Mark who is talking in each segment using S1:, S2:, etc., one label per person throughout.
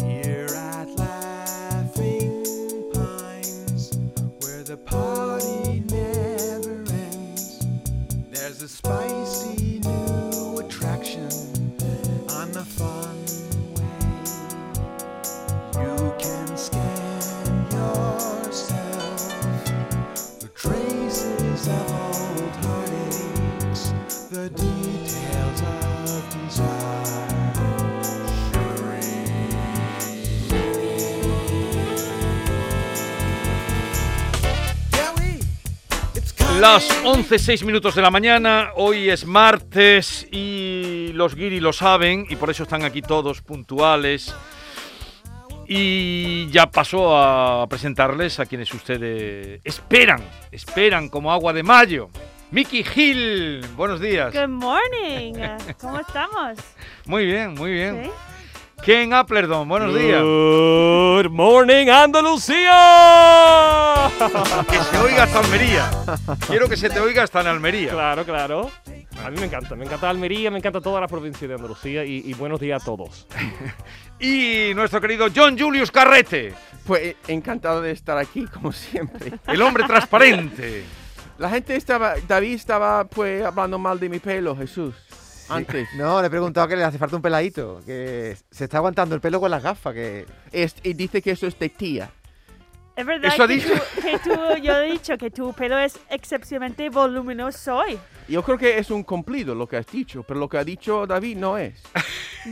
S1: Here at Laughing Pines, where the party never ends, there's a spicy new attraction on the fun way. You can scan yourself the traces of old heartaches, the details of desire.
S2: Las 11, 6 minutos de la mañana, hoy es martes y los guiri lo saben y por eso están aquí todos puntuales. Y ya paso a presentarles a quienes ustedes esperan, esperan como agua de mayo. Miki Gil, buenos días.
S3: Good morning. ¿Cómo estamos?
S2: Muy bien, muy bien.
S3: ¿Sí?
S2: Ken Applerdon, buenos días.
S4: Uh. Good morning, Andalucía.
S2: Que se oiga hasta Almería. Quiero que se te oiga hasta en Almería.
S4: Claro, claro. A mí me encanta, me encanta Almería, me encanta toda la provincia de Andalucía y, y buenos días a todos.
S2: Y nuestro querido John Julius Carrete,
S5: Pues eh, encantado de estar aquí, como siempre.
S2: el hombre transparente.
S5: La gente estaba, David estaba pues hablando mal de mi pelo, Jesús. Antes.
S6: No, le he preguntado que le hace falta un peladito, que se está aguantando el pelo con las gafas, que
S5: Es- y dice que eso es de tía.
S3: Es verdad
S2: Eso ha
S3: que,
S2: dicho.
S3: tú- que tú- yo he dicho que tu pelo es excepcionalmente voluminoso hoy.
S5: Yo creo que es un cumplido lo que has dicho, pero lo que ha dicho David no es.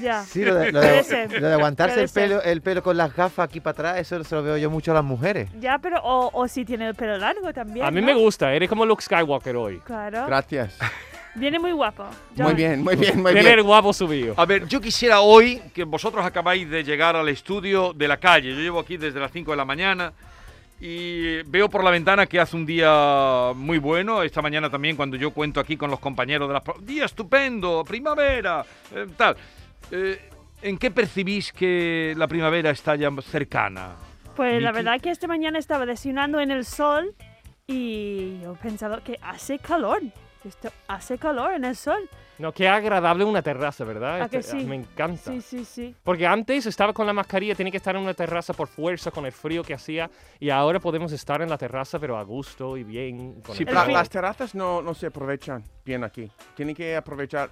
S3: Ya.
S6: sí, lo de, lo de-
S3: Puede ser,
S6: lo de aguantarse
S3: puede
S6: el pelo, el pelo con las gafas aquí para atrás, eso se lo veo yo mucho a las mujeres.
S3: Ya, pero o, o si tiene el pelo largo también.
S4: A mí
S3: ¿no?
S4: me gusta, eres como Luke Skywalker hoy.
S3: Claro.
S5: Gracias.
S3: Viene muy guapo.
S5: Muy
S3: John.
S5: bien, muy bien, muy
S4: Tener
S5: bien.
S4: guapo subido.
S2: A ver, yo quisiera hoy, que vosotros acabáis de llegar al estudio de la calle, yo llevo aquí desde las 5 de la mañana y veo por la ventana que hace un día muy bueno, esta mañana también cuando yo cuento aquí con los compañeros de las... pro- Día estupendo, primavera, eh, tal. Eh, ¿En qué percibís que la primavera está ya cercana?
S3: Pues la
S2: Miki.
S3: verdad que esta mañana estaba desayunando en el sol y yo pensaba que hace calor. Esto hace calor en el sol.
S4: No, qué agradable una terraza, ¿verdad?
S3: ¿A Ah, que
S4: Este-
S3: sí?
S4: Me encanta.
S3: Sí, sí, sí.
S4: Porque antes estaba con la mascarilla, tenía que estar en una terraza por fuerza con el frío que hacía y ahora podemos estar en la terraza pero a gusto y bien. con
S2: Sí,
S4: el
S2: pero-
S5: La-
S4: calor.
S5: las terrazas no, no se aprovechan bien aquí. Tienen que aprovechar.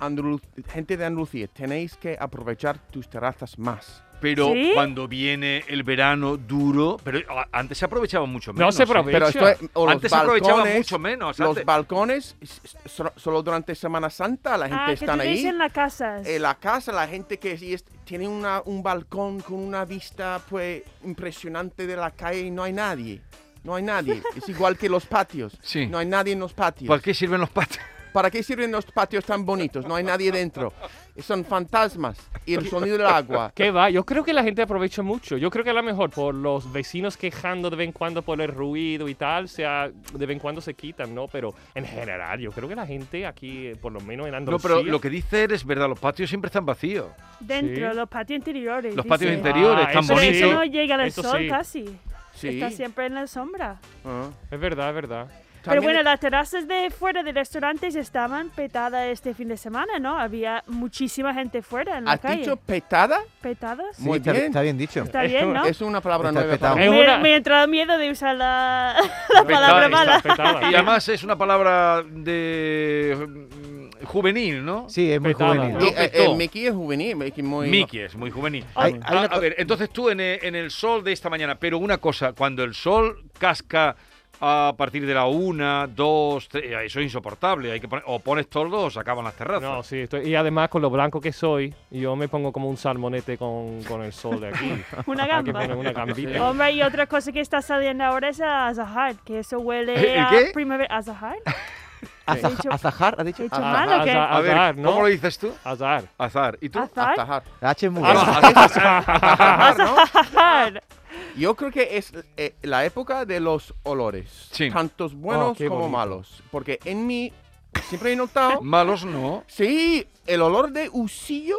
S5: Andalu- gente de Andalucía, tenéis que aprovechar tus terrazas más.
S2: Pero
S3: ¿Sí?
S2: cuando viene el verano duro, pero a- antes se aprovechaba mucho menos.
S4: se
S2: ¿eh?
S4: aprovecha.
S5: Pero
S4: Aprovecha.
S5: esto es- o los
S2: Antes se aprovechaba
S5: balcones-
S2: mucho menos.
S5: Los
S2: antes.
S5: balcones, s- s- solo- solo durante Semana Santa la gente
S3: Ah, que
S5: está
S3: tú
S5: ahí.
S3: en la casa.
S5: En la casa, la gente que sí es- tiene una- un balcón con una vista pues impresionante de la calle y no hay nadie. No hay nadie. Es igual que los patios.
S2: Sí.
S5: No hay nadie en los patios.
S2: ¿Para qué sirven los patios?
S5: ¿Para qué sirven los patios tan bonitos? No hay nadie dentro. Son fantasmas y el sonido del agua.
S4: ¿Qué va? Yo creo que la gente aprovecha mucho. Yo creo que a lo mejor por los vecinos quejando de vez en cuando por el ruido y tal, sea, de vez en cuando se quitan, ¿no? Pero en general, yo creo que la gente aquí, eh, por lo menos en
S2: No,
S4: Andalucía...
S2: pero lo que dice él es verdad, los patios siempre están vacíos.
S3: Dentro,
S4: Sí.
S3: los patios interiores.
S2: Los patios
S3: dice.
S2: interiores
S4: Ah,
S2: tan
S4: eso
S3: Pero
S4: sí.
S3: eso
S2: bonitos.
S3: no llega al
S4: Eso
S3: sol
S4: sí.
S3: casi.
S5: Sí.
S3: Está siempre en la sombra.
S5: Ah.
S4: Es verdad, es verdad.
S3: Pero
S5: También-
S3: bueno, las terrazas de fuera de restaurantes estaban petadas este fin de semana, ¿no? Había muchísima gente fuera en la
S5: ¿Has
S3: calle.
S5: dicho petada?
S3: ¿Petadas?
S6: Sí,
S5: Muy
S6: está,
S5: bien.
S6: está bien dicho.
S3: Está bien, ¿no?
S5: Es una palabra
S6: Está
S5: nueva.
S6: petado.
S3: Me,
S4: Es una-
S3: me ha entrado miedo de usar la, la
S4: Está
S3: palabra
S4: petada,
S3: mala.
S4: está petada.
S2: Y además es una palabra de mm, juvenil, ¿no?
S6: Sí, es muy
S4: Petada.
S5: Y,
S6: juvenil.
S2: Lo
S5: eh, eh,
S2: petó.
S5: Mickey es juvenil. Mickey muy-
S2: Miki es muy juvenil.
S6: Hay-
S4: Ah,
S2: A,
S6: hay una
S2: a
S6: co-
S2: ver, entonces tú en e- en el, sol de esta mañana, pero una cosa, cuando el sol casca a partir de la una, dos, tres, eh, eso es insoportable. Hay que poner, o pones todo o se acaban las terrazas.
S4: No, sí, estoy- y además con lo blanco que soy, yo me pongo como un salmonete con, con el sol de aquí.
S3: Una
S4: Hay que
S3: gamba.
S4: poner una gambita.
S3: Hombre, y otra cosa que está saliendo ahora es a azahar, que eso huele
S2: ¿El
S3: a
S2: qué?
S3: primavera. ¿Azahar?
S6: Azaja-
S3: dicho-
S6: azajar, ¿ha
S3: ¿He
S6: dicho?
S3: dicho
S6: Ah,
S3: mal o qué?
S4: Azahar.
S2: a ver,
S4: azar, ¿no?
S2: ¿cómo lo dices tú?
S4: Azar.
S2: Azar. ¿Y tú?
S3: ¿Azahar?
S5: Atajar.
S6: La H es muy
S4: Azar.
S6: grande.
S5: Atajar, ¿no?
S3: Azahar.
S5: Yo creo que es eh, la época de los olores,
S2: Sí.
S5: tantos buenos
S4: Oh, qué
S5: como
S4: bonito.
S5: malos, porque en mí siempre he notado,
S2: Malos no.
S5: sí, el olor de usillo,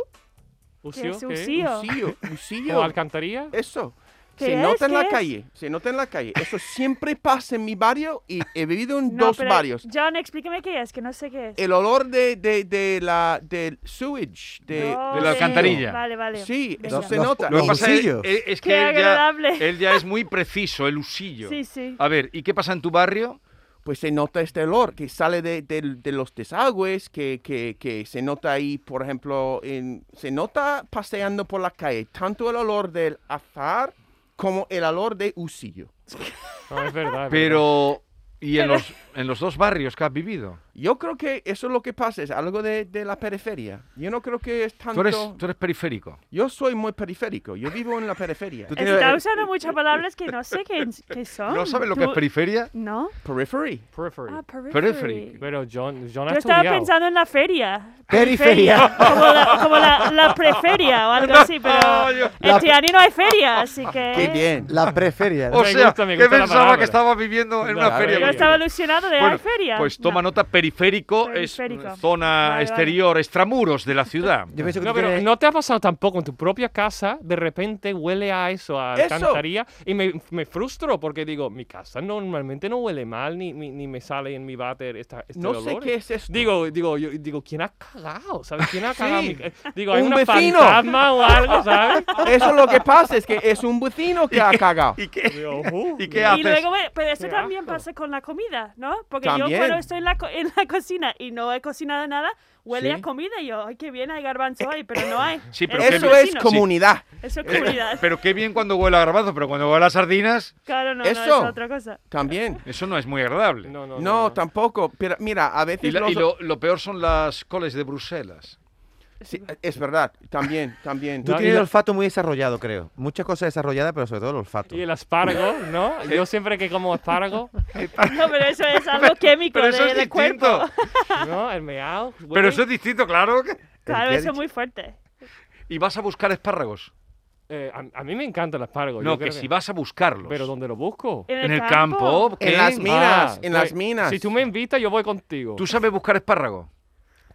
S4: ¿Ucio?
S3: es
S4: ¿Qué?
S3: ucio? Tío.
S5: usillo,
S4: ¿O
S5: usillo,
S4: alcantarilla?
S5: eso,
S3: ¿Qué
S5: se
S3: es?
S5: nota en
S3: ¿Qué
S5: la
S3: es?
S5: calle, se nota en la calle. Eso siempre pasa en mi barrio y he vivido en
S3: No,
S5: dos
S3: pero,
S5: barrios.
S3: John, explícame qué es, que no sé qué es.
S5: El olor de, de, de la, del sewage, de,
S3: No,
S2: de la alcantarilla.
S3: Vale, vale.
S5: Sí,
S3: Venga.
S5: eso se
S6: Los-
S5: nota.
S2: Lo que
S6: Los
S2: pasa es, eh,
S6: usillos.
S2: es- es que
S3: Qué
S2: él ya,
S3: agradable.
S2: él ya es muy preciso, el usillo.
S3: Sí, sí.
S2: A ver, ¿y qué pasa en tu barrio?
S5: pues se nota este olor que sale de, de- de los desagües, que, que- que se nota ahí, por ejemplo, en- se nota paseando por la calle, tanto el olor del azar como el olor de usillo.
S4: No, es verdad. es verdad.
S2: Pero, ¿y en los, en los dos barrios que has vivido?
S5: Yo creo que eso es lo que pasa, es algo de, de la periferia. Yo no creo que es tanto...
S2: Tú eres, tú eres periférico.
S5: Yo soy muy periférico, yo vivo en la periferia.
S6: Tú tienes-
S3: Está eh, usando muchas palabras que no sé qué, qué
S4: Ah,
S3: son.
S2: ¿No sabes lo que es
S3: Tú-
S2: periferia?
S3: No.
S5: Periphery.
S4: Periphery.
S3: Ah, periphery.
S2: Periphery.
S4: Pero John, John ha
S3: Yo estaba
S4: estudiado.
S3: pensando en la feria.
S6: Periferia.
S3: como la, como la, la preferia o algo así, pero
S2: No, yo-
S3: en Tiani no hay feria, así que...
S5: Qué bien.
S6: La preferia.
S2: O
S4: Me
S2: sea,
S4: gusta, me
S2: que
S4: gusta la
S2: pensaba que
S4: palabra.
S2: estaba viviendo en
S4: No,
S2: una
S4: la
S2: feria.
S3: Yo
S4: verdad.
S3: estaba ilusionado de
S2: Bueno,
S3: hay feria.
S2: Pues toma
S3: No.
S2: nota, periférico,
S3: Periférico.
S2: es zona
S3: Vale, vale.
S2: exterior, extramuros de la ciudad.
S6: Yo pienso que
S4: No,
S6: tú
S4: pero
S6: tienes-
S4: no te ha pasado tampoco en tu propia casa, de repente huele a eso, a
S5: Eso.
S4: alcantarilla, y me, me frustro porque digo, mi casa normalmente no huele mal, ni, ni, ni me sale en mi váter esta, este
S5: No sé
S4: olor.
S5: qué es esto.
S4: Digo, digo, yo digo, ¿quién ha cagado? ¿Sabes? ¿Quién ha cagado?
S5: Sí,
S4: mi ca-? Digo, hay
S5: un
S4: una
S5: vecino.
S4: fantasma o algo, ¿sabes?
S5: Eso es lo que pasa, es que es un vecino que ha cagado.
S2: ¿Y qué,
S4: Digo, "Uh,
S2: y qué
S4: mira".
S3: Y
S2: haces?
S3: luego, me- pero eso
S4: Qué
S3: también
S4: asco.
S3: pasa con la comida, ¿no? Porque yo
S5: También.
S3: cuando estoy en la, co- en la cocina y no he cocinado nada, huele
S5: Sí.
S3: a comida y yo, ay, qué bien, hay garbanzo ahí, pero no hay.
S2: Sí, pero
S3: Es
S2: qué
S5: Eso
S3: el
S2: bien-
S5: es
S3: vecino.
S5: comunidad.
S3: Eso es
S2: Eh,
S3: comunidad.
S2: Pero qué bien cuando huele a garbanzo, pero cuando huele a sardinas,
S3: claro, no, no,
S5: eso.
S3: es otra cosa.
S5: También.
S2: eso no es muy agradable.
S4: No, no, no,
S5: No,
S4: no.
S5: tampoco. Pero mira, a veces
S2: Y, la-
S5: los-
S2: y lo, lo peor son las coles de Bruselas.
S5: Sí, es verdad, también, también.
S6: Tú
S4: No, y
S6: tienes
S4: la-
S6: el olfato muy desarrollado, creo. Muchas cosas desarrolladas, pero sobre todo el olfato.
S4: Y el espárrago, ¿no? Yo siempre que como espárrago,
S3: No, pero eso es algo químico
S2: Pero eso
S3: de-
S2: es
S3: del cuerpo.
S2: distinto.
S4: ¿no? El meao.
S2: Pero
S4: huele-
S2: eso es distinto, claro. que-
S3: Claro,
S6: ¿Qué ha
S3: eso es
S6: dicho?
S3: muy fuerte.
S2: Y vas a buscar espárragos.
S4: Eh, a, a mí me encanta el espárrago.
S2: no,
S4: yo
S2: que,
S4: creo
S2: si vas a buscarlos.
S4: Pero ¿dónde lo busco?
S3: En el,
S2: en el campo, ¿qué?
S5: En las minas, en las
S4: pues,
S5: minas.
S4: Si tú me invitas, yo voy contigo.
S2: ¿Tú sabes buscar espárragos?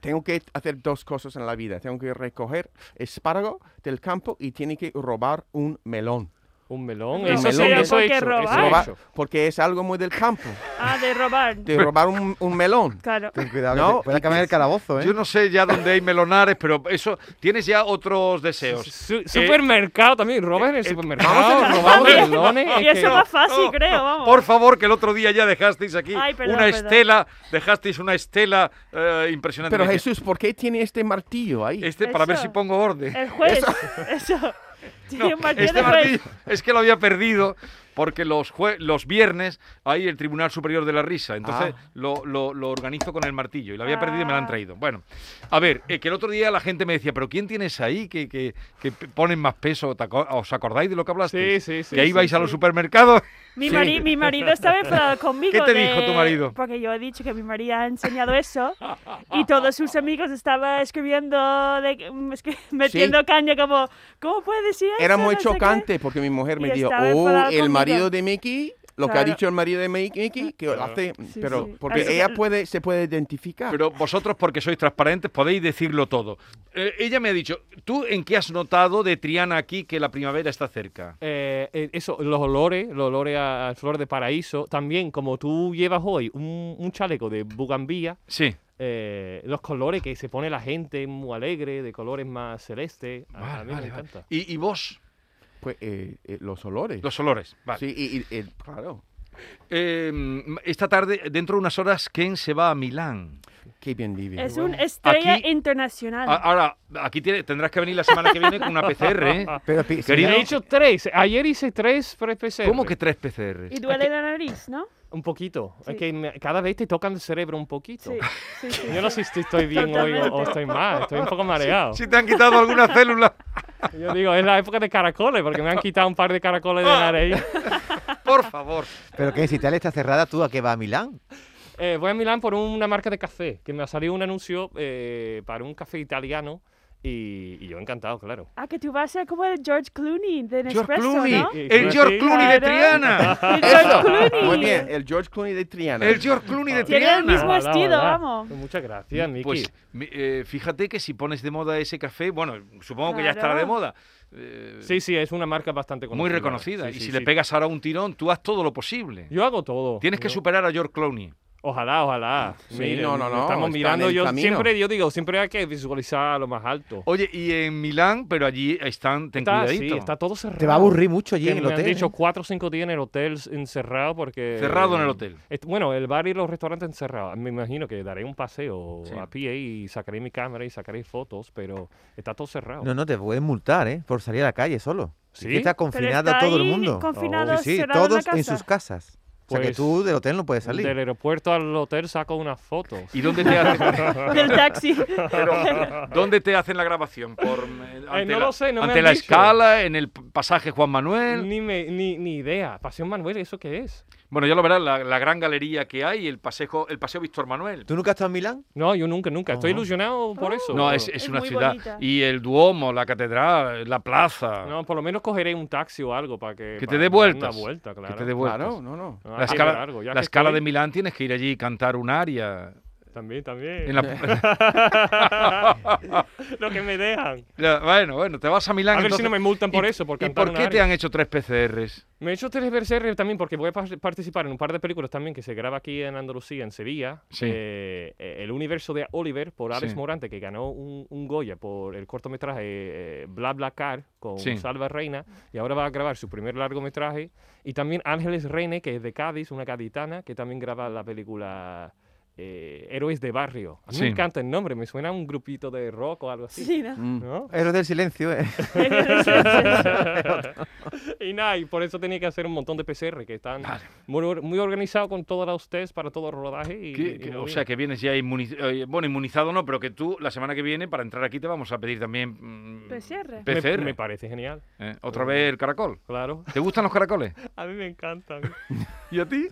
S5: Tengo que hacer dos cosas en la vida. Tengo que recoger espárrago del campo y tiene que robar un melón.
S4: Un melón.
S3: No,
S4: eso sí,
S5: melón,
S4: eso
S3: ¿por
S4: he
S3: qué
S4: hecho. eso he
S3: robar?
S5: Robar-
S4: hecho.
S5: porque es algo muy del campo.
S3: Ah, de robar.
S5: De robar un, un melón.
S3: Claro.
S6: Ten cuidado,
S5: No,
S6: que te puede acabar en el calabozo, ¿eh?
S2: Yo no sé ya dónde hay melonares, pero eso tienes ya otros deseos.
S4: Su- supermercado también. Robas en el
S2: eh,
S4: supermercado. Robamos
S3: También.
S4: melones.
S3: Y
S4: es
S3: eso
S4: que-
S3: más fácil,
S2: No,
S3: creo,
S2: no,
S3: vamos.
S2: Por favor, que el otro día ya dejasteis aquí
S3: Ay, perdón,
S2: una
S3: perdón.
S2: estela, dejasteis una estela eh, impresionante.
S5: Pero
S2: Me-
S5: Jesús, ¿por qué tiene este martillo ahí?
S2: este para ver
S3: Eso.
S2: si pongo orden.
S3: El juez, eso. Tiene un martillo
S2: Este
S3: de juez.
S2: martillo es que lo había perdido porque los jue- los viernes hay el Tribunal Superior de la Risa, entonces
S4: Ah.
S2: lo, lo- lo organizo con el martillo y lo había perdido y me lo han
S3: Ah.
S2: traído. Bueno, a ver, eh, que el otro día la gente me decía, pero ¿quién tienes ahí que, que- que p- ponen más peso? ¿Te aco- ¿Os acordáis de lo que hablaste?
S4: Sí, sí, sí.
S2: que ahí
S4: sí,
S2: vais a
S4: sí.
S2: los supermercados.
S3: Mi,
S2: Sí.
S3: mari- mi marido estaba enfadado conmigo.
S2: ¿Qué te
S3: de-
S2: dijo tu marido?
S3: Porque yo he dicho que mi marido ha enseñado eso y todos sus amigos estaban escribiendo, de- mm, es que metiendo caña como, ¿cómo puede decir eso?
S5: Era muy
S3: No sé qué".
S5: chocante porque mi mujer me
S3: Y
S5: dijo,
S3: estaba
S5: oh,
S3: enfadada
S5: el
S3: conmigo".
S5: marido de Mickey, lo que ha
S3: Claro.
S5: dicho el marido de Mi- Mickey, que lo hace, mm,
S3: Sí,
S5: pero
S3: sí.
S5: porque
S3: Así que-
S5: ella puede, se puede identificar.
S2: Pero vosotros, porque sois transparentes, podéis decirlo todo. Eh, ella me ha dicho, ¿tú en qué has notado de Triana aquí que la primavera está cerca?
S4: Eh, eh, eso, los olores, los olores a, a flor de paraíso. También, como tú llevas hoy un, un chaleco de bugambía,
S2: Sí.
S4: eh, los colores que se pone la gente muy alegre, de colores más celestes. A, a
S2: Vale, vale,
S4: mí Ah, me
S2: vale.
S4: encanta.
S2: Y, y vos,
S5: Pues, eh, eh, los olores.
S2: los olores. Vale.
S5: Sí, y, y- y- claro.
S2: Eh, esta tarde, dentro de unas horas, Ken se va a Milán.
S5: Qué bien vive.
S3: Es un estrella
S2: Aquí-
S3: internacional.
S2: A- Ahora, aquí tiene- tendrás que venir la semana que viene con una PCR. ¿eh?
S6: Pero, pi- si
S2: Querido-
S4: He
S6: no-
S4: hecho tres. Ayer hice tres pre
S2: ¿Cómo que tres PCR?
S3: y duele la nariz, ¿no?
S4: Un poquito.
S3: Sí.
S4: Es que me- cada vez te tocan el cerebro un poquito.
S3: Sí, sí, sí.
S4: Yo no sé si estoy bien hoy o- o
S3: Totalmente.
S4: estoy mal. Estoy un poco mareado.
S2: Si te han quitado alguna célula,
S4: Yo digo, es la época de caracoles, porque me han quitado un par de caracoles
S3: Ah.
S4: de nariz.
S2: por favor.
S6: pero que si Italia está cerrada, ¿tú a qué vas a Milán?
S4: Eh, voy a Milán por una marca de café, que me ha salido un anuncio eh, para un café italiano. Y, y yo encantado, claro.
S3: Ah, que tú vas a ser como el George Clooney de
S2: George
S3: Nespresso,
S2: Clooney,
S3: ¿no?
S4: Sí,
S2: el
S4: sí.
S2: George Clooney de
S3: Claro.
S2: Triana,
S3: El George Clooney.
S5: Muy bien, el George Clooney de Triana.
S2: el George Clooney de
S3: Tiene el
S2: Triana.
S3: mismo
S4: Ojalá,
S3: vestido,
S4: ojalá.
S3: vamos.
S4: Muchas gracias, Miki.
S2: Pues mi- eh, fíjate que si pones de moda ese café, bueno, supongo que ya
S3: Claro.
S2: estará de moda. eh,
S4: sí, sí, es una marca bastante conocida.
S2: muy reconocida.
S4: Sí,
S2: y
S4: sí,
S2: si le
S4: sí.
S2: pegas ahora un tirón, tú haz todo lo posible.
S4: Yo hago todo.
S2: Tienes que
S4: Yo-
S2: superar a George Clooney.
S4: Ojalá, ojalá.
S5: Sí, no, no, no, está
S4: Estamos
S5: en
S4: mirando.
S5: el
S4: Yo
S5: camino.
S4: siempre, yo digo, siempre hay que visualizar lo más alto.
S2: Oye, y en Milán, pero allí están, ten
S4: Está, sí,
S2: cuidadito.
S4: está todo cerrado.
S6: Te va a aburrir mucho allí
S4: Que
S6: en el
S4: me
S6: hotel.
S4: han dicho
S6: ¿eh?
S4: cuatro o cinco días en el hotel encerrado porque... eh,
S2: Cerrado en el hotel.
S4: Est- Bueno, el bar y los restaurantes encerrados. Me imagino que daré un paseo
S2: Sí.
S4: a pie y sacaré mi cámara y sacaré fotos, pero está todo cerrado.
S6: No, no, te pueden multar, ¿eh? Por salir a la calle solo. Es que
S4: ¿Sí?
S6: está
S3: Pero
S6: confinado
S3: está
S6: todo el
S3: ahí
S6: mundo. Oh,
S3: Confinados,
S6: sí, sí,
S3: cerrado en la
S6: todos en,
S3: casa.
S6: sus casas. o sea que
S4: Pues,
S6: tú del hotel no puedes salir.
S4: Del aeropuerto al hotel saco unas fotos.
S2: ¿Y dónde te, hacen,
S3: Del taxi.
S2: pero, dónde te hacen la grabación? ¿Por, eh, ante
S4: no
S2: la,
S4: lo sé, no me
S2: ante
S4: han
S2: la
S4: dicho.
S2: escala, en el p- pasaje Juan Manuel.
S4: Ni, me- ni, ni idea. Pasión Manuel, ¿eso qué es?
S2: Bueno, ya lo verás, la, la gran galería que hay, el paseo, el paseo Víctor Manuel.
S6: ¿Tú nunca has estado en Milán?
S4: No, yo nunca, nunca. Estoy
S6: Ajá.
S4: ilusionado por eso.
S2: No,
S4: pero-
S2: es, eh, es
S3: Es
S2: una
S3: muy
S2: ciudad.
S3: bonita.
S2: Y el Duomo, la catedral, la plaza.
S4: No, por lo menos cogeré un taxi o algo para que...
S2: Que te
S4: para
S2: dé
S4: dar
S2: vueltas.
S4: Una vuelta, claro.
S2: que te dé vueltas.
S5: Claro, no, no.
S4: No,
S2: La
S4: hay que
S2: escala,
S4: ver algo, ya
S2: la
S4: que
S2: escala de
S4: estoy-
S2: Milán tienes que ir allí y cantar un aria.
S4: También, también.
S2: En la-
S4: Lo que me dejan.
S2: Ya, bueno, bueno, te vas a Milán.
S4: A ver si
S2: entonces-
S4: no me multan por
S2: ¿Y-
S4: eso, por
S2: ¿Y
S4: cantar
S2: por
S4: un
S2: qué te
S4: aria.
S2: han hecho tres PCRs?
S4: Me he hecho tres VCR también porque voy a par- participar en un par de películas también que se graba aquí en Andalucía, en Sevilla.
S2: Sí.
S4: Eh, eh, el universo de Oliver por Alex
S2: Sí.
S4: Morante, que ganó un, un Goya por el cortometraje eh, Bla Bla Car con
S2: Sí.
S4: Salva Reina. Y ahora va a grabar su primer largometraje. Y también Ángeles Reine, que es de Cádiz, una gaditana, que también graba la película eh, Héroes de Barrio. A mí
S2: Sí.
S4: me encanta el nombre, me suena a un grupito de rock o algo así.
S3: Sí, ¿no?
S5: Mm.
S4: ¿no?
S6: Héroes del silencio, ¿eh?
S4: y nada, y por eso tenía que hacer un montón de PCR que están muy, or- muy organizados con todos los test para todo el rodaje. Y,
S2: ¿Qué-
S4: y
S2: qué-
S4: muy
S2: o
S4: bien.
S2: sea, que vienes ya inmunizado. Bueno, inmunizado no, pero que tú la semana que viene, para entrar aquí, te vamos a pedir también. mm,
S3: PCR.
S4: Me-
S2: PCR.
S4: Me, parece genial,
S2: ¿eh? Otra vez el caracol.
S4: claro.
S2: ¿Te gustan los caracoles?
S4: A mí me encantan.
S2: ¿Y a ti?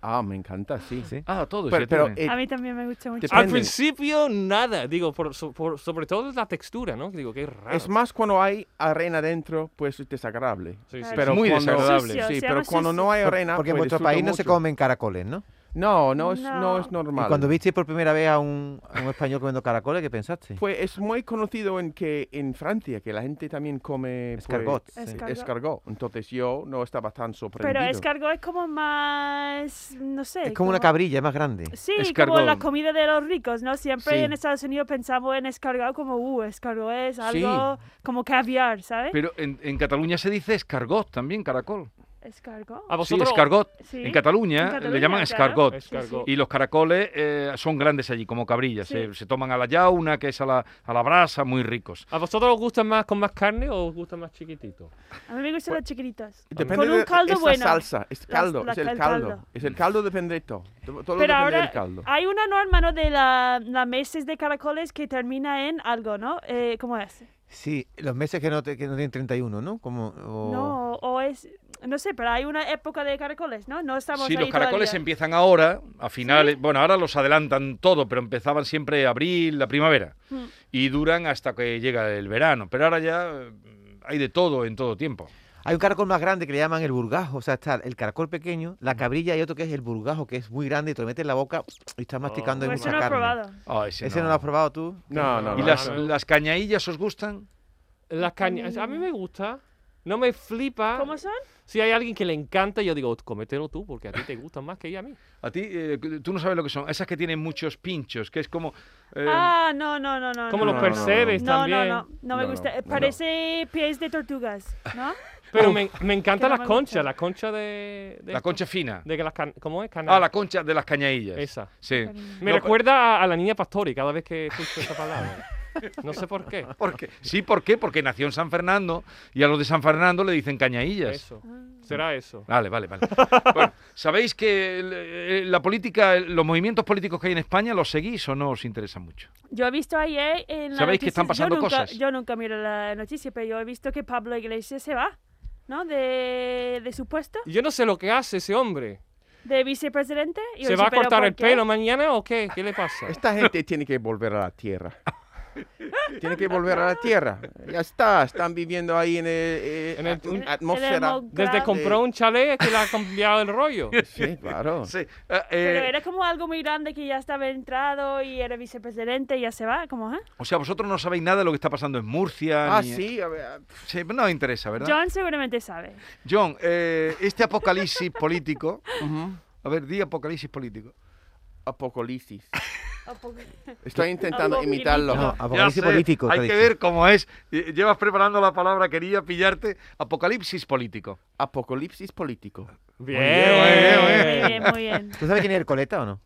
S5: Ah, me encanta, sí.
S6: Sí.
S2: Ah, todos.
S5: Pero,
S2: ya
S5: pero,
S2: tiene.
S5: eh,
S3: A mí también me gusta mucho.
S4: Al
S2: Ah,
S5: Depende.
S4: principio, nada. Digo, por, so- por- sobre todo es la textura, ¿no? Que Digo, qué raro.
S5: es más cuando hay arena dentro, pues es desagradable.
S4: Sí, sí,
S5: Pero
S4: sí.
S2: Muy
S5: cuando-
S2: desagradable.
S3: Sucio,
S5: Sí,
S3: se
S5: pero
S3: llama
S5: cuando
S3: sucio.
S5: no hay arena.
S6: Porque en
S5: pues,
S6: vuestro
S5: disfruto
S6: país no se
S5: mucho.
S6: comen caracoles, ¿no?
S5: No, no es, no.
S3: No.
S5: es
S6: Y
S5: normal.
S6: cuando viste por primera vez a un, a un español comiendo caracoles, ¿qué pensaste?
S5: Pues es muy conocido en que en Francia, que la gente también come pues,
S6: Escargot. sí.
S3: Escargot.
S5: escargot. Entonces yo no estaba tan sorprendido.
S3: Pero escargot es como más, no sé.
S6: Es como una cabrilla, es más grande.
S3: Sí,
S2: Escargot.
S3: como la comida de los ricos, ¿no? Siempre
S6: Sí.
S3: en Estados Unidos pensamos en escargot como, uh, escargot es algo como caviar, ¿sabes?
S2: eh, Pero en, en Cataluña se dice escargot también, caracol.
S3: Escargot.
S4: A
S2: Sí,
S4: vosotros.
S2: escargot.
S3: Sí.
S2: Ah, En Cataluña,
S3: En
S2: le
S3: Cataluña,
S2: llaman
S3: claro.
S2: escargot.
S4: Escargot.
S2: Y los caracoles eh, son grandes allí, como cabrillas.
S3: Sí.
S2: Se, se toman a la yauna, que es a la, a la brasa, muy ricos.
S4: ¿A vosotros os gustan más con más carne o os gustan más chiquititos?
S3: A mí me gustan los chiquititos.
S5: Pues, Depende
S3: Con un
S5: de
S3: caldo
S5: esa
S3: bueno.
S5: salsa, es
S3: La-
S5: caldo,
S3: la-
S5: es el
S3: el
S5: caldo.
S3: caldo.
S5: Es el caldo depende de todo. Todo
S3: Pero
S5: todo depende
S3: ahora
S5: del caldo.
S3: hay una norma, ¿no? De la, la meses de caracoles que termina en algo, ¿no? Eh, ¿Cómo es?
S6: Sí, los meses que no, te- que no tienen 31, ¿no? Como, o-
S3: No, o es... No sé, pero hay una época de caracoles, ¿no? No estamos
S2: Sí,
S3: ahí
S2: los caracoles
S3: todavía.
S2: empiezan ahora, a finales. Bueno, ahora los adelantan todo, pero empezaban siempre abril, la primavera.
S3: Mm.
S2: Y duran hasta que llega el verano. Pero ahora ya eh, hay de todo en todo tiempo.
S6: Hay un caracol más grande que le llaman el burgajo. O sea, está el caracol pequeño, la cabrilla y otro que es el burgajo, que es muy grande y te lo metes en la boca y estás masticando
S4: de
S3: Pues
S6: hay
S4: Pues
S3: eso
S6: mucha
S3: no he
S6: carne.
S3: probado.
S2: Ah, ese
S6: ¿Ese no.
S2: no.
S6: lo has probado tú?
S5: No, no,
S2: ¿Y
S5: no,
S2: las,
S4: no, no.
S2: las cañadillas os gustan?
S4: Las cañas. Pues A mí me gusta. No me
S2: Ah.
S4: flipa.
S3: ¿Cómo son?
S4: Si hay alguien que le encanta, yo digo, comételo tú, porque a ti te gustan más que ella a mí.
S2: A ti, eh, tú no sabes lo que son. Esas que tienen muchos pinchos, que es como... eh,
S3: ah, no, no, no, no.
S4: Como
S3: no.
S4: los
S5: no, no, no.
S4: percebes
S3: No, no,
S4: también.
S3: no, no me
S5: No,
S3: gusta.
S5: no,
S3: Eh,
S5: no.
S3: Parece pies de tortugas, ¿no?
S4: Pero me, me encantan
S3: que no
S4: las
S3: me
S4: conchas,
S3: gusta.
S4: las conchas de, de
S2: la
S4: esto-
S2: concha fina.
S4: de que las can- ¿Cómo es? Cana-
S2: Ah, la concha de las cañadillas.
S4: Esa.
S2: Sí.
S4: Me recuerda a, a la niña Pastori cada vez que escucho esa palabra. No sé por qué.
S2: ¿Por qué? Sí, ¿por qué? Porque nació en San Fernando y a los de San Fernando le dicen cañadillas.
S4: Eso.
S3: Ah.
S4: Será eso.
S2: Vale, vale, vale. Bueno, ¿Sabéis que el- eh, la política, el- los movimientos políticos que hay en España, los seguís o no os interesa mucho?
S3: Yo he visto ayer en la
S2: ¿Sabéis que están pasando
S3: yo nunca,
S2: cosas?
S3: Yo nunca miro la noticia, pero yo he visto que Pablo Iglesias se va, ¿no? De, de su puesto,
S4: Yo no sé lo que hace ese hombre.
S3: de vicepresidente. Y yo
S4: ¿Se
S3: dije,
S4: va a
S3: ¿pero
S4: cortar
S3: por
S4: el
S3: qué?
S4: pelo mañana o qué? ¿Qué le pasa?
S5: Esta gente tiene que volver a la tierra. Tienen que volver a la tierra. Ya está, están viviendo ahí en, el, eh,
S4: En el-
S5: at- un- atmósfera.
S3: mo-
S4: Desde
S3: Grande.
S4: compró un chalet que le ha cambiado el rollo.
S5: Sí, claro.
S2: Sí, eh,
S3: Pero
S2: eh,
S3: era como algo muy grande que ya estaba entrado y era vicepresidente y ya se va, como, ¿ah?
S2: o sea, vosotros no sabéis nada de lo que está pasando en Murcia.
S5: Ah,
S2: ni-
S5: sí, a ver,
S2: Sí, no os interesa, ¿verdad?
S3: John seguramente sabe.
S2: John, eh, este apocalipsis político.
S5: ujú.
S2: A ver, di apocalipsis político.
S5: Apocalipsis.
S3: O poco-
S5: Estoy intentando
S3: Apocalipsis.
S5: imitarlo.
S6: No,
S2: Ya sé,
S6: apocalipsis político.
S2: Hay
S6: te
S2: que
S6: he dicho.
S2: ver cómo es. Eh, Llevas preparando la palabra, quería pillarte. Apocalipsis político.
S5: Apocalipsis político.
S4: Bien,
S3: Muy bien, muy bien.
S6: ¿Tú sabes quién es el coleta o no?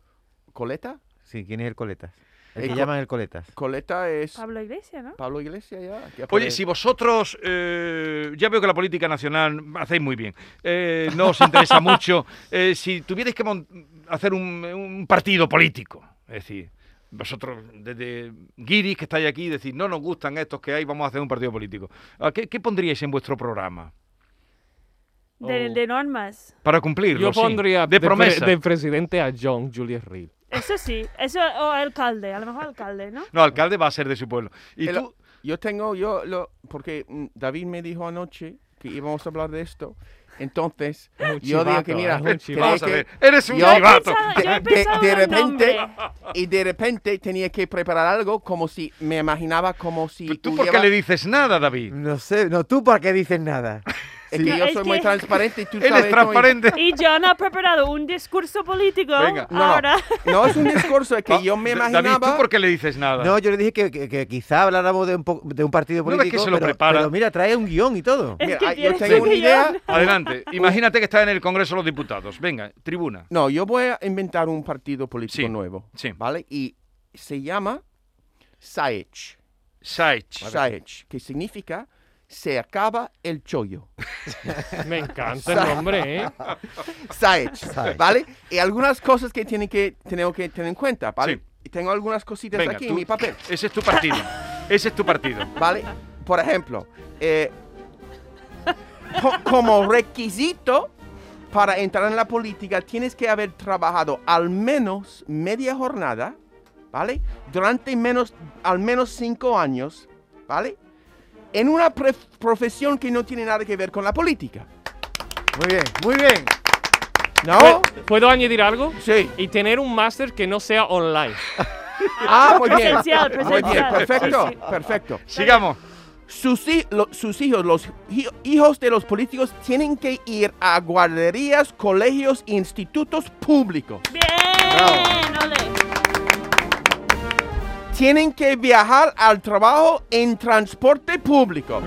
S5: ¿Coleta?
S6: Sí, quién es el coletas. El
S5: El
S6: que
S5: co-
S6: llaman el coletas.
S5: Coleta es
S3: Pablo Iglesias, ¿no?
S5: Pablo Iglesias ya. que
S2: Oye,
S5: pone-
S4: Pues
S2: si vosotros, eh, ya veo que la política nacional hacéis muy bien, eh, no os interesa mucho, eh, si tuvierais que mon- hacer un, un partido político, es decir, vosotros desde Guiris que estáis aquí, decís, no nos gustan estos que hay, vamos a hacer un partido político, ¿A ¿qué, qué pondríais en vuestro programa?
S3: De,
S4: Oh.
S3: de normas.
S2: Para cumplirlo,
S4: Yo
S2: sí.
S4: pondría
S2: de
S4: pre-
S2: promesa.
S4: de presidente a John Julius Reed.
S3: Eso sí, eso, o alcalde, a lo mejor alcalde, ¿no?
S2: No, alcalde va a ser de su pueblo. Y
S5: El-
S2: tú,
S5: Yo tengo, yo, lo, porque mm, David me dijo anoche que íbamos a hablar de esto. Entonces,
S4: Es un
S5: yo digo
S4: chivato,
S5: que mira,
S4: es un
S5: tenía
S4: chivato.
S2: vamos a
S5: que-
S2: ver, eres un
S5: yo he
S2: chivato.
S3: pensado-
S5: de,
S3: Yo he
S5: de-
S3: pensado
S5: de
S3: en un
S5: repente,
S3: nombre.
S5: y de repente tenía que preparar algo como si, me imaginaba como si
S2: ¿Tú por qué
S5: hubiera-
S2: le dices nada, David?
S6: No sé, no, tú por qué dices nada.
S5: Es
S3: Sí.
S5: que yo
S3: Es
S5: soy
S3: que-
S5: muy transparente y tú
S2: Él
S5: sabes
S2: es
S5: cómo-
S2: transparente.
S3: Y John ha preparado un discurso político
S2: Venga.
S5: No, no,
S3: ahora.
S5: no es un discurso, es que
S2: Ah,
S5: yo me
S2: D- David, ¿tú
S5: imaginaba...
S2: por qué le dices nada?
S6: No, yo le dije que, que- que quizá habláramos de un, po- de un partido
S2: No ves que
S6: político.
S2: se lo
S6: pero,
S2: prepara.
S6: pero mira, trae un guión y todo.
S3: Es
S5: Mira,
S3: que
S5: ah, yo
S3: tienes
S5: tengo
S3: un
S5: una idea.
S3: guión.
S2: Adelante. Imagínate que está en el Congreso de los Diputados. Venga, tribuna.
S5: No, yo voy a inventar un partido
S2: Sí,
S5: político nuevo,
S2: sí.
S5: ¿vale? Y se llama Saech.
S2: Saich.
S5: Saech, que significa se acaba el chollo.
S4: Me encanta el nombre, ¿eh?
S5: Saech,
S6: Saech.
S5: ¿vale? Y algunas cosas que tienen que tenemos que tener en cuenta, ¿vale?
S2: Sí.
S5: Y tengo algunas cositas
S2: Venga,
S5: aquí
S2: tú-
S5: en mi papel,
S2: Ese es tu partido. Ese es tu partido.
S5: ¿vale? Por ejemplo, eh, co- como requisito para entrar en la política tienes que haber trabajado al menos media jornada, ¿vale? Durante menos, al menos cinco años, ¿vale? En una pre- profesión que no tiene nada que ver con la política.
S6: Muy bien, muy bien.
S5: ¿No?
S4: ¿Puedo añadir algo?
S5: Sí.
S4: Y tener un máster que no sea online.
S5: Ah, muy bien.
S3: Presencial,
S5: Muy bien,
S3: presencial.
S5: perfecto,
S3: Sí, sí.
S5: perfecto.
S2: Sigamos.
S5: Sus, hi- lo- sus hijos, los hi- hijos de los políticos, tienen que ir a guarderías, colegios, institutos públicos.
S3: Bien, ole.
S5: Tienen que viajar al trabajo en transporte público.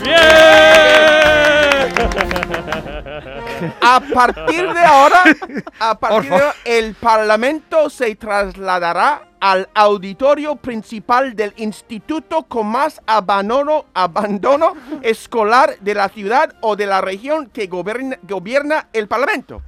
S5: A partir de ahora, a partir de
S2: favor.
S5: ahora, el Parlamento se trasladará al auditorio principal del instituto con más abandono, abandono escolar de la ciudad o de la región que gobierna, gobierna el Parlamento.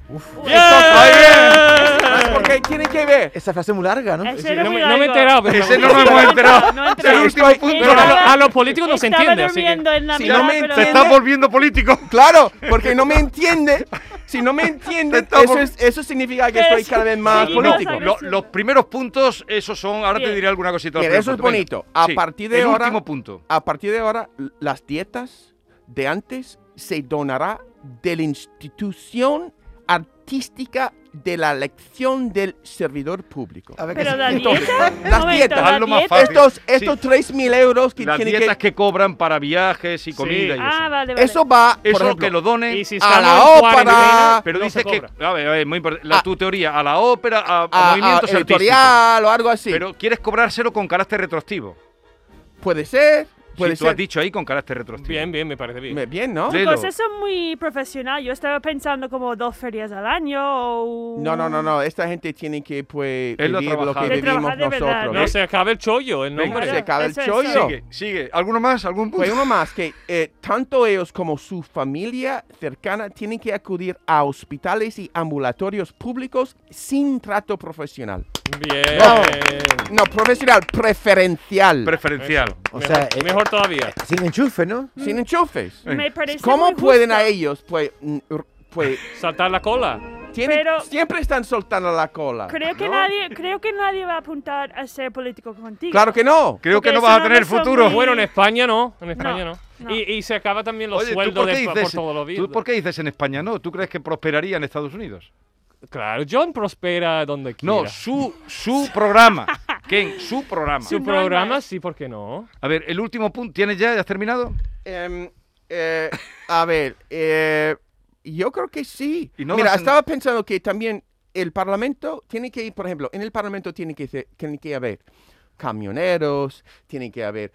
S5: Entonces, porque tiene que ver.
S6: Esa frase es muy larga, ¿no?
S3: Ese era
S4: No
S3: muy
S4: me, no me he
S3: largo.
S4: enterado. Pero
S2: Ese no
S3: Sí,
S2: nos hemos
S3: no,
S2: enterado.
S3: no, no
S2: Es el último
S5: Estoy-
S2: punto.
S4: Pero a, lo-
S3: Estaba-
S4: a los políticos no se
S3: Estaba
S4: entiende, así que...
S3: durmiendo en la
S5: Si
S3: mitad,
S5: no me
S3: pero-
S2: Te estás volviendo político.
S5: Claro, porque no me entiende. Si no me entiende,
S2: Estamos-
S5: eso, es- eso significa que
S3: Pero
S5: estoy
S3: sí,
S5: cada vez más
S3: sí,
S5: político.
S3: pasa que-
S2: Lo- los primeros puntos, esos son. Ahora te
S3: Bien.
S2: diré alguna cosita. de los
S5: Mira, eso es
S2: primeros
S5: bonito.
S2: puntos. Venga.
S5: A
S2: Sí,
S5: partir de
S2: el
S5: ahora,
S2: último punto.
S5: a partir de ahora, l- las dietas de antes se donará de la institución artística de la elección del servidor público.
S6: A ver qué
S3: Pero
S6: se-
S3: la
S5: Entonces,
S3: dieta,
S5: las
S3: momento,
S5: dietas.
S3: la
S2: Hazlo más
S3: dieta-
S2: fácil.
S5: Estos, estos 3.000 euros que
S2: Las
S5: tienen
S2: dietas
S5: que...
S2: que cobran para viajes y comida y eso.
S3: Ah, vale, vale.
S5: Eso va, por
S2: eso
S5: ejemplo,
S2: que lo donen.
S4: Y si
S5: a
S4: estamos
S5: la
S4: en
S5: ópera,
S4: cuarentena,
S2: Pero
S4: no
S2: dices
S4: se
S2: que.
S4: cobra.
S2: A ver, a ver, muy importante. La-
S5: Ah.
S2: tu teoría, a la ópera, a, a
S5: a, a
S2: movimientos artísticos.
S5: editorial o algo así.
S2: Pero quieres cobrárselo con carácter retroactivo.
S5: Puede ser, puede
S2: Sí, tú
S5: ser.
S2: has dicho ahí con carácter retroactivo.
S4: Bien, bien, me parece bien.
S5: Me- Bien, ¿no?
S2: Sí.
S3: Chicos,
S2: Velo.
S3: eso es muy profesional. Yo estaba pensando como dos ferias al año o... un-
S5: No, no, no, no. Esta gente tiene que pues,
S2: Él lo ha
S5: vivir lo que
S2: trabajado.
S3: De
S5: vivimos
S3: trabajar de verdad,
S5: nosotros.
S4: No se acaba el chollo, el
S2: Venga.
S4: nombre.
S5: se acaba el
S3: Eso es,
S5: chollo.
S3: eso
S2: Sigue, sigue. ¿Alguno más? ¿Algún punto?
S5: Pues uno más, que eh, tanto ellos como su familia cercana tienen que acudir a hospitales y ambulatorios públicos sin trato profesional.
S4: Bien.
S5: Bravo. No, profesional, preferencial.
S2: Preferencial.
S6: O
S4: mejor,
S6: sea, eh,
S4: mejor todavía.
S6: sin enchufe, ¿no?
S5: sin enchufes.
S3: Me parece
S5: ¿Cómo
S3: muy
S5: pueden
S3: justo.
S5: a ellos? Pues, mm, r- pues
S4: Saltar la cola.
S5: Tienen-
S3: Pero-
S5: siempre están soltando la cola.
S3: Creo que,
S5: ¿no?
S3: nadie, creo que nadie va a apuntar a ser político contigo.
S5: Claro que no.
S2: Creo
S3: Porque
S2: que no
S3: eso
S2: vas a
S3: no
S2: tener
S3: son
S2: futuro.
S3: muy-
S4: Bueno, en España no. En España no.
S3: no.
S4: Y, y se acaba también los
S2: Oye, ¿tú
S4: sueldos
S2: por,
S4: de,
S2: qué
S4: por
S2: dices,
S4: todos los
S2: ¿tú
S4: vídeos.
S2: por qué dices en España no? ¿Tú crees que prosperaría en Estados Unidos?
S4: Claro, John prospera donde quiera.
S2: No, su, su programa. Ken, su programa.
S4: Su programa sí, ¿por qué no?
S2: A ver, el último punto. ¿Tienes ya? ¿Ya has terminado?
S5: Em, eh, a ver, eh, yo creo que sí.
S2: Y no
S5: Mira,
S2: vas a-
S5: estaba pensando que también el Parlamento tiene que, por ejemplo, en el Parlamento tiene que, ser- tiene que haber camioneros, tiene que haber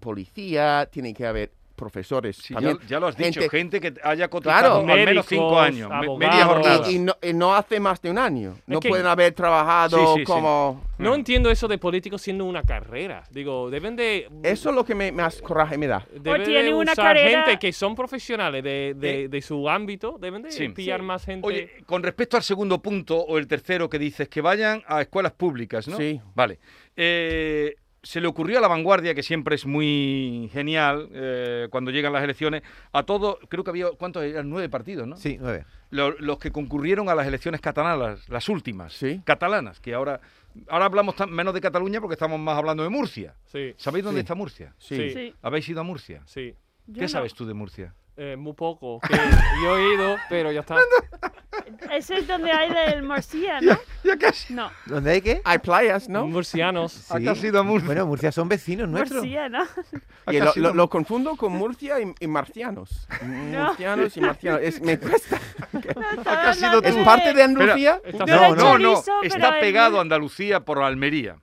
S5: policía, tiene que haber profesores.
S2: Sí, ya,
S5: también
S2: ya lo has dicho. Gente
S5: gente-
S2: que haya cotizado
S5: Claro.
S2: al menos cinco años.
S4: Médicos,
S2: me- Media
S4: abogados.
S2: jornada.
S5: y, y no, y no hace más de un año. No
S4: que-
S5: pueden haber trabajado
S2: Sí, sí, sí.
S5: como...
S4: No entiendo eso de políticos siendo una carrera. Digo, deben de...
S5: Eso es lo que me, más coraje me da.
S4: Deben
S3: tiene
S4: de
S3: una
S4: usar
S3: carrera-
S4: gente que son profesionales de, de-
S2: Eh.
S4: de su ámbito. Deben de
S2: Sí.
S4: pillar
S3: Sí.
S4: más gente.
S2: Oye, con respecto al segundo punto o el tercero que dices, que vayan a escuelas públicas, ¿no?
S5: Sí.
S2: Vale. Eh, se le ocurrió a la vanguardia, que siempre es muy genial eh, cuando llegan las elecciones, a todos, creo que había, ¿cuántos eran? Nueve partidos, ¿no?
S6: Sí, nueve.
S2: Lo- los que concurrieron a las elecciones catalanas, las últimas,
S5: Sí.
S2: catalanas, que ahora, ahora hablamos tan- menos de Cataluña porque estamos más hablando de Murcia.
S4: Sí,
S2: ¿Sabéis dónde
S5: Sí.
S2: está Murcia?
S4: Sí.
S3: Sí,
S2: ¿Habéis ido a Murcia?
S4: sí.
S3: yo
S2: ¿Qué
S3: no.
S2: sabes tú de Murcia?
S4: Eh, muy poco. que yo he ido, pero ya está.
S3: Ese es donde hay del Morcilla, ¿no?
S2: Ya casi.
S3: No,
S6: ¿Dónde hay qué?
S5: Hay playas, ¿no?
S4: Murcianos.
S2: ¿A qué has ido a Murcia?
S6: Bueno, Murcia son vecinos nuestros.
S3: Morcilla, ¿no?
S5: Y lo, lo- lo confundo con Murcia y, y marcianos. Murcianos y marcianos. Es, me cuesta.
S3: Estaba
S2: has ido
S3: hablando
S5: ¿Es
S2: tú?
S5: parte de Andalucía?
S4: Está
S3: No,
S4: cerca.
S2: No,
S3: no,
S2: no,
S3: chorizo, pero
S2: está
S3: el-
S2: pegado a Andalucía por Almería.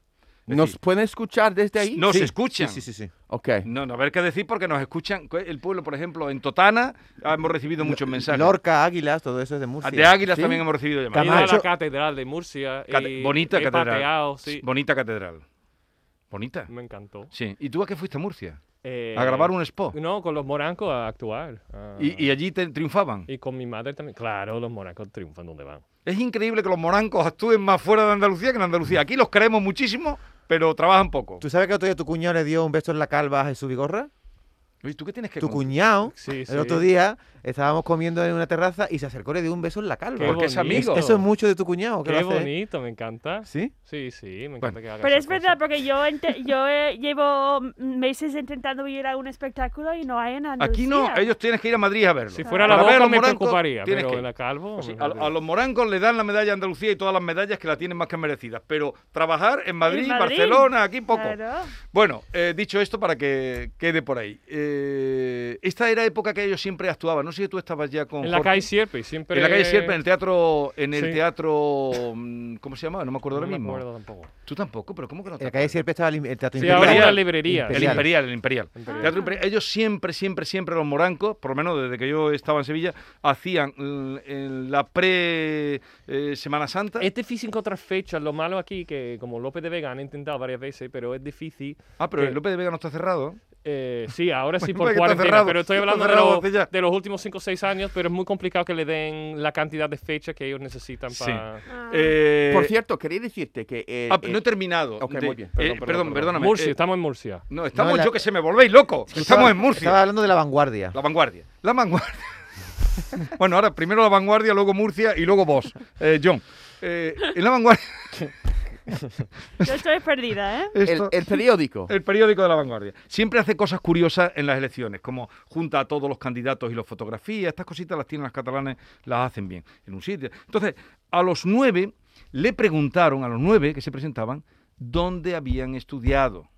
S2: Es
S5: ¿Nos
S2: decir,
S5: pueden escuchar desde ahí?
S2: nos
S6: Sí,
S2: escuchan.
S6: Sí, sí, sí. sí.
S5: Ok.
S2: No, no, a ver qué decir porque nos escuchan. El pueblo, por ejemplo, en Totana ah, hemos recibido muchos mensajes.
S6: eh,
S2: Ah,
S6: Lorca, Águilas, todo eso es de Murcia.
S2: de Águilas
S5: Sí.
S2: también hemos recibido
S4: He ido
S2: llamadas.
S4: a
S6: Camacho.
S4: la catedral de Murcia. y
S2: Cate- bonita
S4: Eh, he
S2: catedral.
S4: pateado, sí.
S2: Bonita catedral. Bonita.
S4: Me encantó.
S2: Sí. ¿Y tú a qué fuiste a Murcia?
S4: Eh,
S2: A grabar un spot.
S4: No, con los morancos a actuar. a-
S2: Y, y allí te triunfaban.
S4: y con mi madre también. Claro, los morancos triunfan donde van.
S2: Es increíble que los morancos actúen más fuera de Andalucía que en Andalucía. Aquí los creemos muchísimo, pero trabajan poco.
S6: ¿Tú sabes que otro día tu cuñado le dio un beso en la calva a Jesús Vigorra?
S2: Oye, ¿tú qué tienes que
S6: Tu
S2: contar?
S6: cuñado,
S4: Sí, sí.
S6: el otro día, estábamos comiendo en una terraza y se acercó y le dio un beso en la calva.
S4: Qué
S2: Porque es amigo.
S4: bonito.
S6: Eso es mucho de tu cuñado. Que
S4: Qué
S6: lo hace, ¿eh?
S4: bonito, me encanta.
S6: ¿Sí?
S4: Sí, sí, me
S2: Bueno.
S4: encanta que haga
S3: Pero
S4: esa
S3: es verdad,
S4: cosa.
S3: porque yo, ente- yo eh, llevo meses intentando ir a un espectáculo y no hay en Andalucía.
S2: Aquí no, ellos tienes que ir a Madrid a verlo.
S4: Si fuera la
S2: Para ver a
S4: boca
S2: los
S4: me
S2: morancos,
S4: preocuparía,
S2: tienes
S4: pero
S2: que ir.
S4: en la calvo...
S2: Pues Sí,
S4: me-
S2: a, a los morancos le dan la medalla a Andalucía y todas las medallas que la tienen más que merecidas. Pero trabajar en Madrid,
S3: En Madrid.
S2: Barcelona, aquí poco.
S3: Claro.
S2: Bueno, eh, dicho esto para que quede por ahí. Eh, esta era época que ellos siempre actuaban. No sé si tú estabas ya con.
S4: En la
S2: Jorge.
S4: calle Sierpe, siempre...
S2: En la calle Sierpe, en el teatro. En el
S4: Sí.
S2: teatro. mm, ¿Cómo se llamaba? No me acuerdo
S4: No me
S2: ahora mismo.
S4: acuerdo tampoco.
S2: Tú tampoco, pero ¿cómo que no?
S6: En
S2: te
S6: la calle
S2: acuerdas?
S6: siempre estaba el, im- el teatro
S4: Sí,
S6: imperial.
S4: ahora la librería. El
S2: El Imperial, el Imperial.
S4: Imperial.
S2: Teatro Imperial. Ellos siempre, siempre, siempre, los morancos, por lo menos desde que yo estaba en Sevilla, hacían mm, en la pre-Semana Santa.
S4: Es difícil encontrar fechas. Lo malo aquí que, como López de Vega han intentado varias veces, pero es difícil.
S2: Ah, pero
S4: que-
S2: el López de Vega no está cerrado.
S4: Eh, sí, ahora sí
S2: Bueno,
S4: por
S2: porque está
S4: cuarentena,
S2: cerrado,
S4: pero estoy
S2: está
S4: hablando de,
S2: cerrado
S4: los-
S2: hace ya.
S4: de los últimos 5 o 6 años, pero es muy complicado que le den la cantidad de fechas que ellos necesitan
S2: Sí.
S4: para...
S3: Ah.
S2: Eh,
S5: Por cierto, quería decirte que... eh,
S2: ah,
S5: eh,
S2: no he terminado.
S5: ok,
S2: de-
S5: muy bien,
S2: eh,
S5: perdón,
S2: Perdón,
S5: perdón, perdón.
S2: perdóname.
S4: Murcia,
S2: eh,
S4: estamos en Murcia.
S2: No, estamos
S6: No, la-
S2: yo que se me volvéis loco.
S6: Tú
S2: Estamos
S6: estabas-
S2: en Murcia.
S6: Estaba hablando de la vanguardia.
S2: La vanguardia. La vanguardia. bueno, ahora primero la vanguardia, luego Murcia y luego vos, eh, John. Eh, en la vanguardia.
S3: Yo estoy perdida, ¿eh?
S5: el,
S2: esto- Eh,
S5: el periódico.
S2: El periódico de la vanguardia. Siempre hace cosas curiosas en las elecciones, como junta a todos los candidatos y los fotografía. Estas cositas las tienen las catalanes, las hacen bien en un sitio. Entonces, a los nueve le preguntaron, a los nueve que se presentaban, dónde habían estudiado.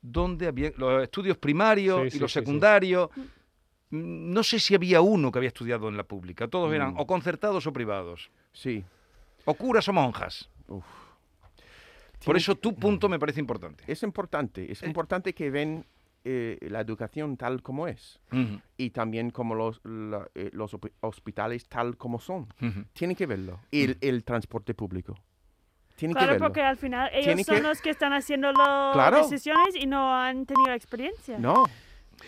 S2: Dónde habían. Los estudios primarios
S4: Sí,
S2: y
S4: sí,
S2: los
S4: sí, sí.
S2: secundarios. Mm, No sé si había uno que había estudiado en la pública. Todos eran
S4: Mm.
S2: o concertados o privados.
S5: Sí.
S2: O curas o monjas. Por eso Eh. tu punto
S4: Mm.
S2: me parece importante.
S4: Eh,
S5: Es importante. Es importante que ven eh, la educación tal como es.
S2: Ujú,
S5: Y también como los, la- eh, los hospi- hospitales tal como son.
S2: ujú.
S5: Tienen que verlo. Y
S2: Mm.
S5: el, el transporte público. Tienen que
S3: Claro,
S5: verlo.
S3: porque al final ellos
S5: Tiene
S3: son
S5: que-
S3: los que están haciendo las
S5: Claro.
S3: decisiones y no han tenido experiencia.
S5: No.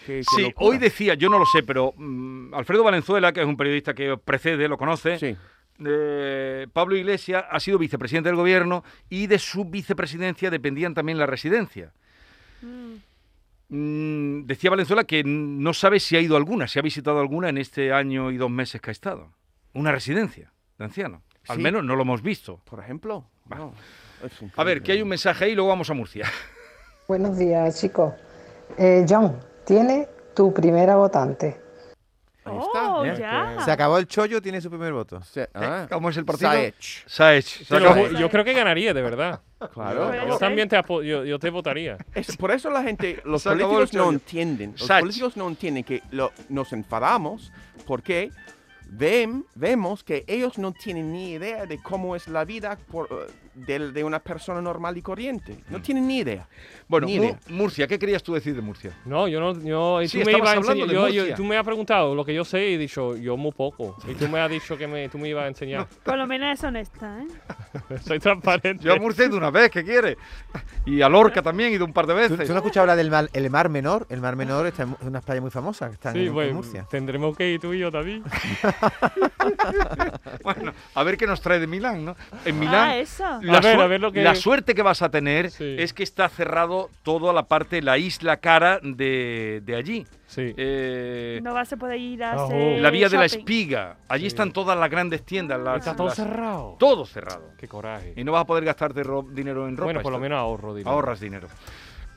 S5: Qué- qué
S2: Sí,
S5: locura.
S2: hoy decía, yo no lo sé, pero mm, Alfredo Valenzuela, que es un periodista que os precede, lo conoce,
S5: Sí.
S2: eh, Pablo Iglesias ha sido vicepresidente del gobierno y de su vicepresidencia dependían también la residencia. Mm, decía Valenzuela que no sabe si ha ido alguna, si ha visitado alguna en este año y dos meses que ha estado. Una residencia. de ancianos. Al
S5: Sí.
S2: menos no lo hemos visto.
S5: Por ejemplo.
S2: Va.
S5: No, es
S2: A ver, que hay un mensaje ahí y luego vamos a Murcia.
S7: Buenos días, chicos. Eh, John, tiene tu primera votante.
S5: Ahí está,
S3: Oh,
S2: ¿eh?
S3: ya.
S6: Se acabó el chollo, tiene su primer voto.
S5: Se- ah,
S2: ¿Cómo es Eh, el partido?
S5: Saech,
S2: Saech. Se
S4: Pero
S2: acabó.
S4: yo- yo creo que ganaría, de verdad.
S5: Claro.
S3: Pues-
S4: Yo también te, apo- yo, yo te votaría.
S5: Es- por eso la gente, los
S2: Se acabó el
S5: políticos no
S2: chollo.
S5: entienden. Los
S2: Saech.
S5: políticos no entienden que lo- nos enfadamos porque ven, vemos que ellos no tienen ni idea de cómo es la vida por, eh, del- de, una persona normal y corriente. No
S2: Mm.
S5: tienen ni idea.
S2: Bueno,
S5: Ni
S2: Mu-
S5: idea.
S2: Murcia, ¿qué querías tú decir de Murcia?
S4: No, yo no. Yo, y
S2: Sí,
S4: tú, me
S2: estabas
S4: ibas a
S2: hablando
S4: enseñar-
S2: de
S4: yo- yo-
S2: Murcia.
S4: tú me has preguntado lo que yo sé y he dicho yo muy poco. Y tú me has dicho que me, tú me ibas a enseñar.
S3: Por lo menos es honesta, ¿eh?
S4: Soy transparente.
S2: Yo a Murcia he ido una vez, ¿qué quieres? Y a Lorca también he ido un par de
S6: ¿Tú,
S2: veces.
S6: tú no has escuchado hablar del mar, el Mar Menor? El Mar Menor está en Mu- es una playa muy famosa que está en-
S4: sí,
S6: en,
S4: pues
S6: Murcia.
S4: tendremos que ir tú y yo también.
S2: Bueno, a ver qué nos trae de Milán, ¿no? En Milán.
S3: Ah, eso.
S2: La,
S4: A ver,
S2: suer-
S4: a ver lo que-
S2: la suerte que vas a tener
S4: Sí.
S2: es que está cerrado toda la parte, la isla cara de, de allí.
S4: Sí.
S2: Eh,
S3: No vas a poder ir a
S4: Ah,
S3: hacer
S2: la vía de la
S3: shopping.
S2: espiga. Allí
S4: Sí.
S2: están todas las grandes tiendas. las-
S4: Está todo
S2: las-
S4: cerrado.
S2: todo cerrado.
S4: Qué coraje.
S2: Y no vas a poder gastarte ro- dinero en ropa.
S4: bueno, por lo
S2: esto-
S4: menos ahorro dinero.
S2: Ahorras dinero.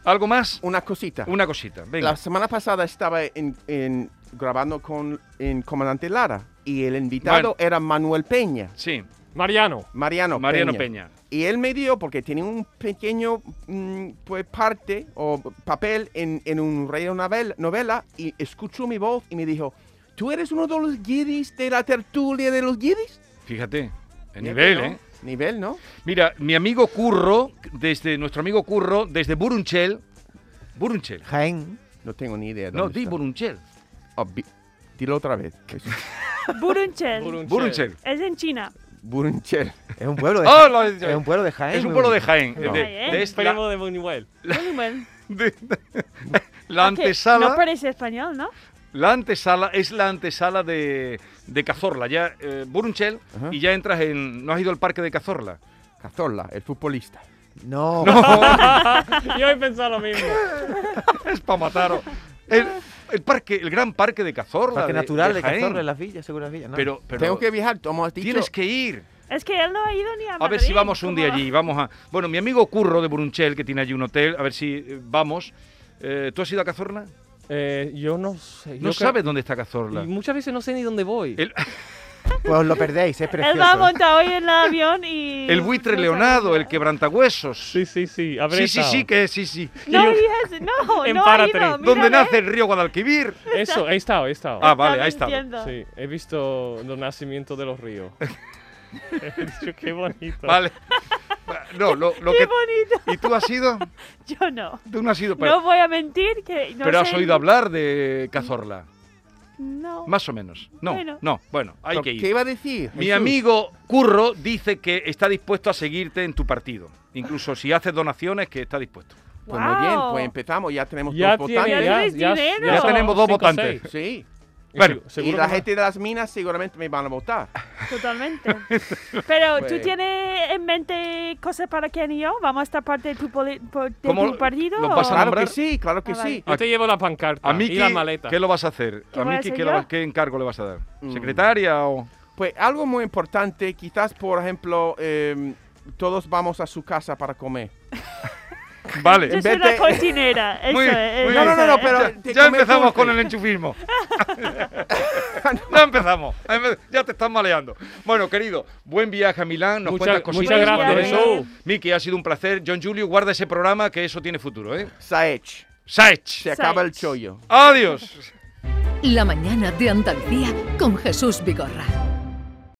S2: ¿Algo más?
S5: Una cosita.
S2: Una cosita. Venga.
S5: La semana pasada estaba en, en- grabando con en Comandante Lara y el invitado
S2: Bueno.
S5: era Manuel Peña.
S2: Sí,
S4: Mariano.
S5: Mariano,
S2: Mariano
S5: Peña.
S2: Peña.
S5: Y él me dio, porque tiene un pequeño mm, pues, parte o papel en, en un rey novel- novela, y escuchó mi voz y me dijo, ¿tú eres uno de los guidis de la tertulia de los guidis?
S2: Fíjate. El
S5: Mira
S2: nivel,
S5: que no,
S2: ¿eh?
S5: Nivel, ¿no?
S2: Mira, mi amigo Curro, desde nuestro amigo Curro, desde Burunchel. Burunchel.
S6: Jaén.
S5: No tengo ni idea.
S2: No,
S5: dónde
S2: di
S5: está.
S2: Burunchel.
S5: Oh, bi- Dilo otra vez. que es
S3: Burunchel.
S2: Burunchel.
S3: Es en China.
S5: Burunchel.
S6: Es un pueblo de
S2: Ah,
S6: Jaén.
S2: lo has dicho
S6: es un
S2: bien.
S6: pueblo de Jaén.
S2: Es un
S6: muy
S2: pueblo de
S6: bonito.
S2: Jaén.
S6: No.
S2: de-
S3: Jaén.
S2: de-
S4: Es
S2: es la,
S4: primo de Buñuel.
S3: Muy bueno.
S2: de- la
S3: Es Ah, que No
S2: antesala.
S3: parece español, ¿no?
S2: La antesala es la antesala de, de Cazorla. Ya, eh, Burunchel,
S5: Ajá.
S2: y ya entras en. ¿No has ido al parque de Cazorla?
S5: Cazorla, el futbolista.
S6: No,
S4: yo he pensado lo mismo.
S2: Es para mataros. El, el parque, el gran parque de Cazorla.
S6: parque natural de,
S2: Jaén.
S6: Cazorla, en las villas, seguro las villas. no.
S2: Pero, pero
S5: Tengo que viajar, como has dicho.
S2: tienes que ir.
S3: Es que él no ha ido ni a
S2: A ver si vamos un día allí. Vamos a. Bueno, mi amigo Curro de Burunchel, que tiene allí un hotel, a ver si eh, vamos. Eh, ¿Tú has ido a Cazorla?
S4: Eh, yo no
S2: No
S4: sé. yo creo- Mm,
S2: sabes dónde está
S4: y
S2: Cazorla.
S4: muchas veces no sé ni dónde voy.
S2: El,
S6: Pues os lo perdéis, es precioso.
S3: Él va a montar hoy en el avión y...
S2: el buitre
S3: no sabe.
S2: leonado, el quebantahuesos.
S4: Sí, sí, sí. habré
S2: Sí, sí,
S4: estado.
S2: sí, que sí, sí.
S3: No,
S4: Yo-
S3: hijas, no,
S4: En
S3: no ha
S4: Para
S3: ido.
S4: Tres.
S3: Pues mira,
S2: ¿Dónde
S3: ve.
S2: nace el río Guadalquivir?
S4: Eso, he estado, he estado.
S2: Ah, vale, ahí está.
S3: mintiendo.
S4: Sí, he visto los nacimientos de los ríos. he dicho, qué bonito.
S2: Vale. No, lo, lo
S3: Qué
S2: que...
S3: bonito.
S2: ¿Y tú has ido?
S3: Yo no.
S2: Tú no has ido,
S3: no
S2: pero,
S3: voy a mentir que no
S2: pero has
S3: sé-
S2: oído hablar de Cazorla.
S3: No.
S2: Más o menos. No,
S3: Bueno.
S2: no, bueno, hay
S5: Pero,
S2: que ir.
S5: ¿Qué iba a decir?
S2: Mi
S5: Jesús?
S2: amigo Curro dice que está dispuesto a seguirte en tu partido. Incluso si haces donaciones, que está dispuesto.
S5: Pues muy bien,
S3: Guau.
S5: pues empezamos, ya tenemos
S4: Ya
S5: dos
S4: tiene,
S5: votantes.
S4: ya,
S3: tienes dinero.
S2: Ya
S4: son
S2: tenemos dos
S4: cinco o
S2: votantes.
S4: seis.
S5: Sí.
S4: Y
S2: Bueno,
S4: segu-
S5: Y
S4: seguro
S5: la
S4: que-
S5: gente de las minas seguramente me van a votar.
S3: Totalmente. Pero tú
S5: Pues-
S3: tienes en mente cosas para Ken y yo. Vamos a estar parte de tu, poli- po- de
S2: ¿Cómo
S3: tu partido.
S2: los vas a
S3: o-
S5: Claro
S2: nombrar?
S5: que sí, claro que
S3: Ah,
S5: sí.
S4: Yo te llevo la pancarta
S2: A
S4: y
S2: Miki,
S4: la maleta.
S2: ¿qué lo vas a hacer?
S3: ¿Qué
S2: ¿A
S3: voy a
S2: Miki
S3: hacer
S2: ¿qué, lo
S3: yo?
S2: vas- qué encargo le vas a dar?
S5: Mm.
S2: ¿Secretaria o...?
S5: Pues algo muy importante, quizás por ejemplo, em, todos vamos a su casa para comer.
S3: Yo
S2: Vale.
S3: soy la
S5: Vete.
S3: cocinera. Eso
S2: Muy-
S3: es.
S2: muy-
S3: eso
S5: No, no, no, no,
S3: es.
S5: pero
S2: Ya,
S5: te
S2: ya
S5: comes
S2: empezamos
S5: dulce.
S2: con el enchufismo. ya empezamos. Ya te estás maleando. Bueno, querido, buen viaje a Milán. Nos
S4: Muchas-
S2: cuentas cositas.
S4: muchas
S2: cuando
S3: gracias,
S2: vengas.
S4: Jesús.
S2: Miki, ha sido un placer. John Julio, guarda ese programa que eso tiene futuro, ¿eh?
S5: Saech,
S2: Saech.
S5: se acaba el
S3: Saech.
S5: chollo.
S2: Adiós.
S8: La mañana de Andalucía con Jesús Vigorra.